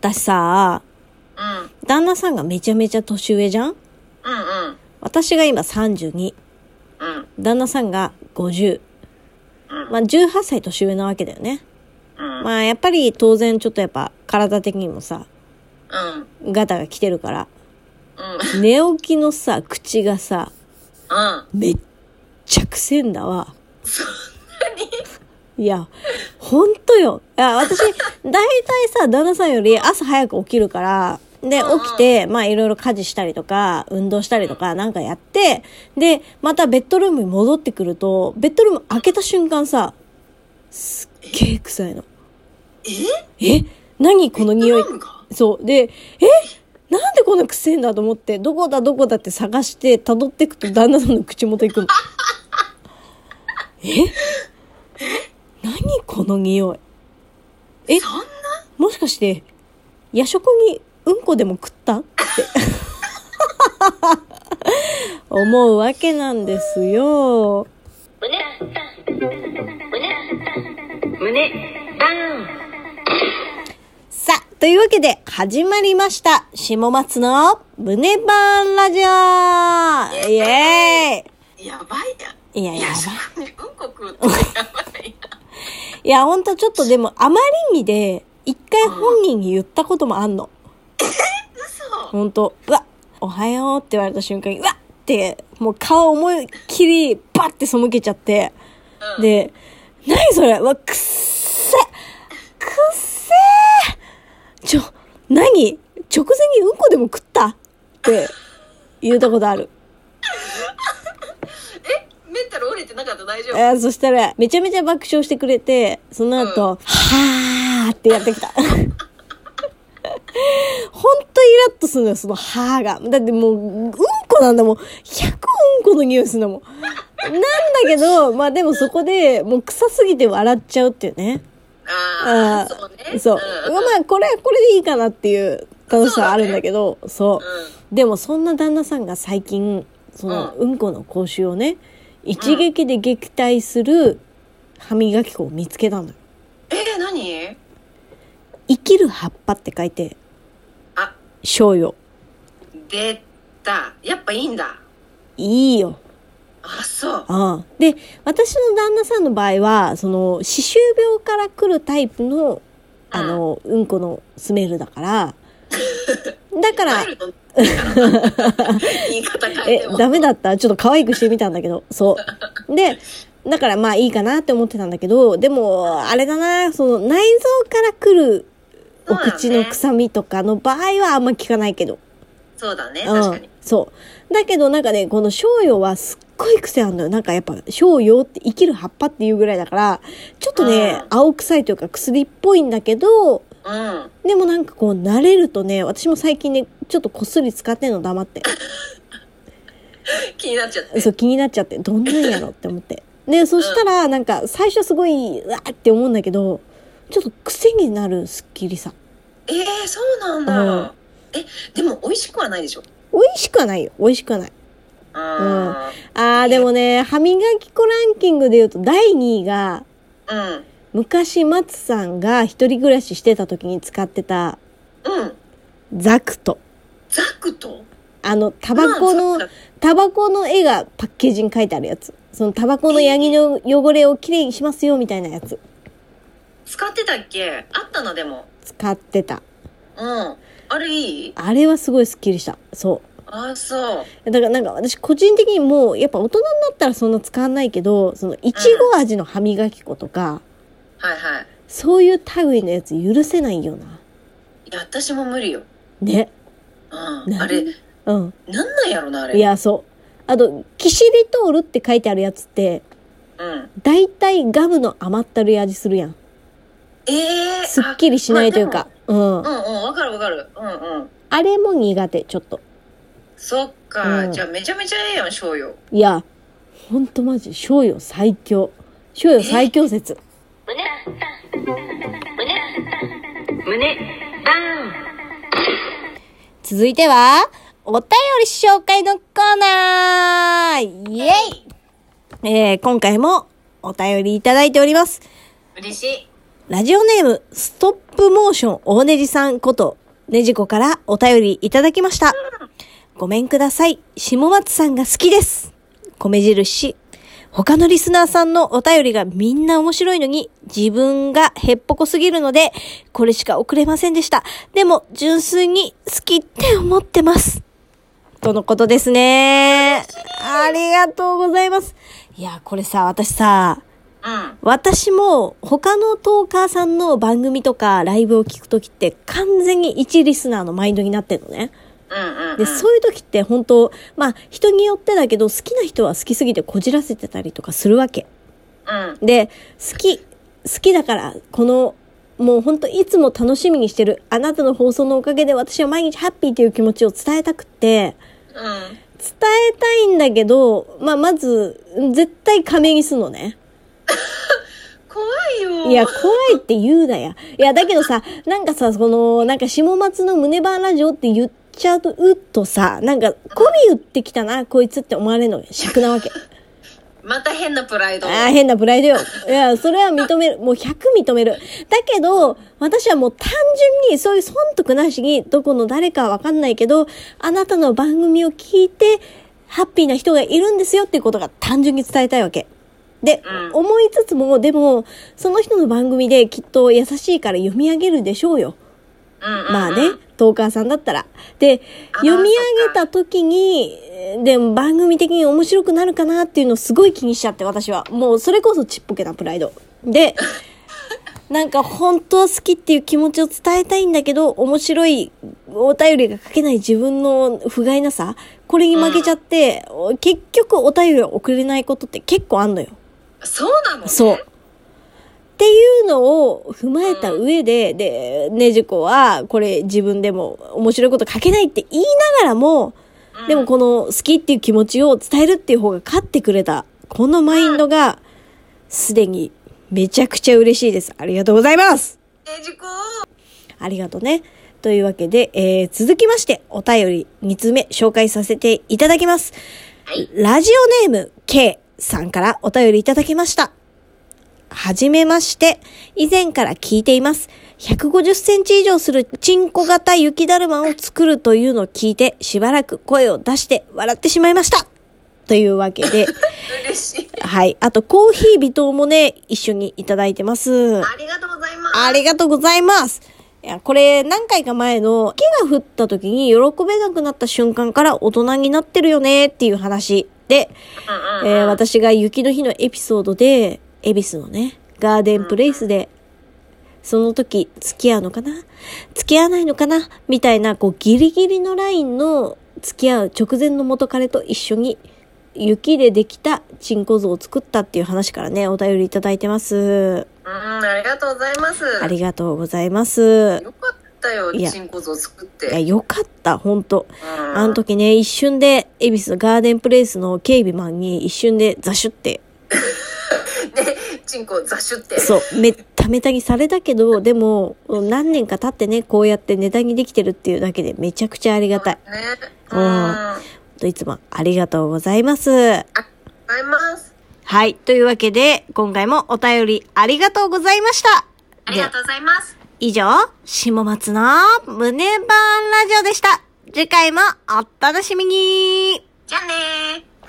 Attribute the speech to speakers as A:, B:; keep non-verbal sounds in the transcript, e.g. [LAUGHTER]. A: 私さ、
B: うん。
A: 旦那さんがめちゃめちゃ年上じゃん
B: うん
A: 私が今32。
B: うん。うん。
A: 旦那さんが50。
B: うん
A: まあ、18歳年上なわけだよね。
B: うん。
A: まあ、やっぱり当然ちょっとやっぱ体的にもさ、
B: うん。
A: ガタが来てるから、
B: うん。
A: 寝起きのさ、口がさ、
B: うん。
A: めっちゃくせえんだわ。いや、ほんとよ。いや、私、大体さ、旦那さんより朝早く起きるから、で、
B: うんうん
A: 起きて、まあ、いろいろ家事したりとか、運動したりとか、なんかやって、で、またベッドルームに戻ってくると、ベッドルーム開けた瞬間さ、すっげえ臭いの。
B: え
A: え何この匂い
B: ベッドルームが。
A: そう。で、えなんでこんな臭いんだと思って、どこだどこだって探して、辿っていくと旦那さんの口元
B: [LAUGHS]
A: 行くの。え何この匂い。え
B: そんな
A: もしかして、夜食にうんこでも食った
B: [LAUGHS]
A: って。思うわけなんですよ。
B: 胸胸ダウン
A: さあ、というわけで始まりました。下松の胸バーンラジオイエー
B: やばいや
A: イいや、
B: い
A: や
B: や
A: ばい。
B: ばいうんこ食うってやばい
A: いや、ほんとちょっとでも、あまりにで、一回本人に言ったこともあんの。
B: 嘘
A: ほんと、うわ、おはようって言われた瞬間に、うわって、もう顔思いっきり、バッて背けちゃって、
B: うん
A: で、何それうわ、くっせくっせーちょ、何直前にうんこでも食ったって言ったことある。
B: えメンタル折れてなかった大丈夫
A: えーそしたら、めちゃめちゃ爆笑してくれて、その後、はーってやってきた。 [LAUGHS] ほんとイラッとするのよ、そのはーが。だってもう、うんこなんだもん。100うんこの匂いするんだもん。なんだけど、まあでもそこで、もう臭すぎて笑っちゃうっていうね。
B: ああ
A: ー
B: そうね
A: そう。
B: うん
A: まあこれ、これでいいかなっていう楽しさはあるんだけど、そう。でもそんな旦那さんが最近そのうんこの口臭をね一撃で撃退する歯磨き粉を見つけたのよ
B: えー何
A: 生きる葉っぱって書いて
B: あ
A: 醤油
B: 出たやっぱいいんだ
A: いいよ
B: あそう
A: ああで私の旦那さんの場合はその歯周病から来るタイプのあのうんこのスメルだから [LAUGHS] だか
B: ワ
A: ら
B: イルドだからな言い方変え
A: え
B: て、も
A: ダメだったちょっと可愛くしてみたんだけど、そう。で、だからまあいいかなって思ってたんだけど、でも、あれだな、その内臓から来るお口の臭みとかの場合はあんま効かないけど。
B: そうだね確か
A: う
B: に
A: ん。そう。だけどなんかね、この醤油はすっごい癖あるのよ。なんかやっぱ醤油って生きる葉っぱっていうぐらいだから、ちょっとね、
B: う
A: 青臭いというか薬っぽいんだけど、
B: うん
A: でもなんかこう慣れるとね、私も最近ね、ちょっとこっそり使ってんの黙って。
B: 気になっちゃって
A: そう気になっちゃってどんなんやろって思ってでそしたらなんか最初すごいうわーって思うんだけどちょっと癖になるすっきりさ
B: えー、そうなん
A: うん
B: だ。え、でも美味しくはないでしょ。
A: 美味しくはないよ美味しくはない
B: あ
A: あーでもね歯磨き粉ランキングで言うと第2位が
B: ーうん。
A: 昔松さんが一人暮らししてた時に使ってた
B: うん。
A: ザクト
B: ザクと。
A: あのタバコ
B: まあ
A: の
B: ザク
A: タバコの絵がパッケージに書いてあるやつそのタバコのヤギの汚れをきれいにしますよみたいなやつ
B: 使ってたっけあったな、でも。
A: 使ってた
B: うん。あれいい
A: あれはすごいすっきりしたそう
B: あー、そう。
A: だからなんか私個人的にもうやっぱ大人になったらそんな使わないけどそのいちご味の歯磨き粉とか、
B: はいはい。
A: そういう類のやつ許せないよない
B: や、私も無理よ。
A: ね
B: うん。
A: な
B: あれ、
A: うん
B: なんなんやろな、あれ。
A: い。やそうあとキシリトールって書いてあるやつって
B: うん。
A: 大体ガムの甘ったるい味するやん
B: えー。
A: すっきりしないというか、うん
B: あ。まあでもうんうん、わかるわかる。うんうん。
A: あれも苦手ちょっと
B: そっか。
A: うん
B: じゃあ、めちゃめちゃええやん、醤油。
A: いやほんとマジ醤油最強醤油最強説
B: 胸、胸、胸、ダウン。
A: 続いては、お便り紹介のコーナーイエイえー、今回もお便りいただいております。
B: 嬉しい。
A: フラジオネーム、ストップモーション大ねじさんこと、ねじこからお便りいただきました。ごめんください。下松さんが好きです。米印。他のリスナーさんのお便りがみんな面白いのに、自分がへっぽこすぎるので、これしか送れませんでした。でも、純粋に好きって思ってます。とのことですね。ありがとうございます。いや、これさ、私さ、
B: うん。
A: 私も他のトーカーさんの番組とかライブを聞くときって完全に一リスナーのマインドになってるのね。
B: うんうんうん。
A: で、そういうときって本当まあ人によってだけど好きな人は好きすぎてこじらせてたりとかするわけ。
B: うん。
A: で、好き、好きだから、この、もう本当いつも楽しみにしてる、あなたの放送のおかげで私は毎日ハッピーっていう気持ちを伝えたくって、
B: うん。
A: 伝えたいんだけど、まあまず、絶対亀にすんのね。
B: 怖いよ。
A: いや、怖いって言うなや。いや、だけどさ、なんかさ、この、なんか下松の胸バーラジオって言っちゃうとさ、なんか、媚び売ってきたな、こいつって思われるのよ。尺なわけ。
B: また変なプライド。
A: ああ、変なプライドよ。いや、それは認める。もう100認める。だけど、私はもう単純に、そういう損得なしに、どこの誰かはわかんないけど、あなたの番組を聞いて、ハッピーな人がいるんですよっていうことが単純に伝えたいわけ。で、
B: うん
A: 思いつつも、でも、その人の番組できっと優しいから読み上げるでしょうよ。
B: うんうんうん
A: まあね、トーカーさんだったら。で、
B: あー
A: 読み上げた時に、で、番組的に面白くなるかなっていうのをすごい気にしちゃって、私は。もう、それこそちっぽけなプライド。
B: [LAUGHS]
A: で、なんか本当は好きっていう気持ちを伝えたいんだけど、面白いお便りが書けない自分の不甲斐なさ、これに負けちゃって、結局お便りを送れないことって結構あんのよ。
B: そうなのね
A: そう。っていうのを踏まえた上で、で、ねじこは、これ自分でも面白いこと書けないって言いながらも、
B: うん
A: でもこの好きっていう気持ちを伝えるっていう方が勝ってくれた、このマインドが、すでにめちゃくちゃ嬉しいです。ありがとうございます
B: ねじこ
A: ありがとうね。というわけで、えー続きまして、お便り2つ目紹介させていただきます。
B: はい
A: ラジオネーム K さんからお便りいただきました。はじめまして。以前から聞いています。150センチ以上するチンコ型雪だるまを作るというのを聞いて、しばらく声を出して笑ってしまいました。というわけ
B: [LAUGHS]
A: で、
B: 嬉しい。
A: はい。あと、コーヒー微糖もね、一緒にいただいてます。
B: ありがとうございます。
A: ありがとうございます。いや、これ何回か前の、雪が降った時に喜べなくなった瞬間から大人になってるよねっていう話で、
B: うんうんうん
A: えー私が雪の日のエピソードで、恵比寿のね、ガーデンプレイスで、その時付き合うのかな付き合わないのかなみたいな、こうギリギリのラインの付き合う直前の元彼と一緒に、雪でできたチンコ像を作ったっていう話からね、お便りいただいてます。
B: うんうん、ありがとうございます。
A: ありがとうございます。
B: よかったよ、
A: いや
B: チンコ像作っ
A: いや、
B: て。
A: よかった、ほんと。
B: うん
A: あの
B: [LAUGHS]
A: 時ね、一瞬で、恵比寿のガーデンプレイスの警備マンに一瞬でザシュって、
B: で、チンコ雑種って。
A: そう、めっためたにされたけど、でも、何年か経ってね、こうやってネタにできてるっていうだけでめちゃくちゃありがたい。
B: ね。
A: うん
B: うん。あり
A: ほんといつもありがとうございます。
B: がとうございます。
A: はい、というわけで、今回もお便りありがとうございました。
B: ありがとうございます。
A: 以上、下松の胸バーンラジオでした。次回もお楽しみに
B: じゃあねー。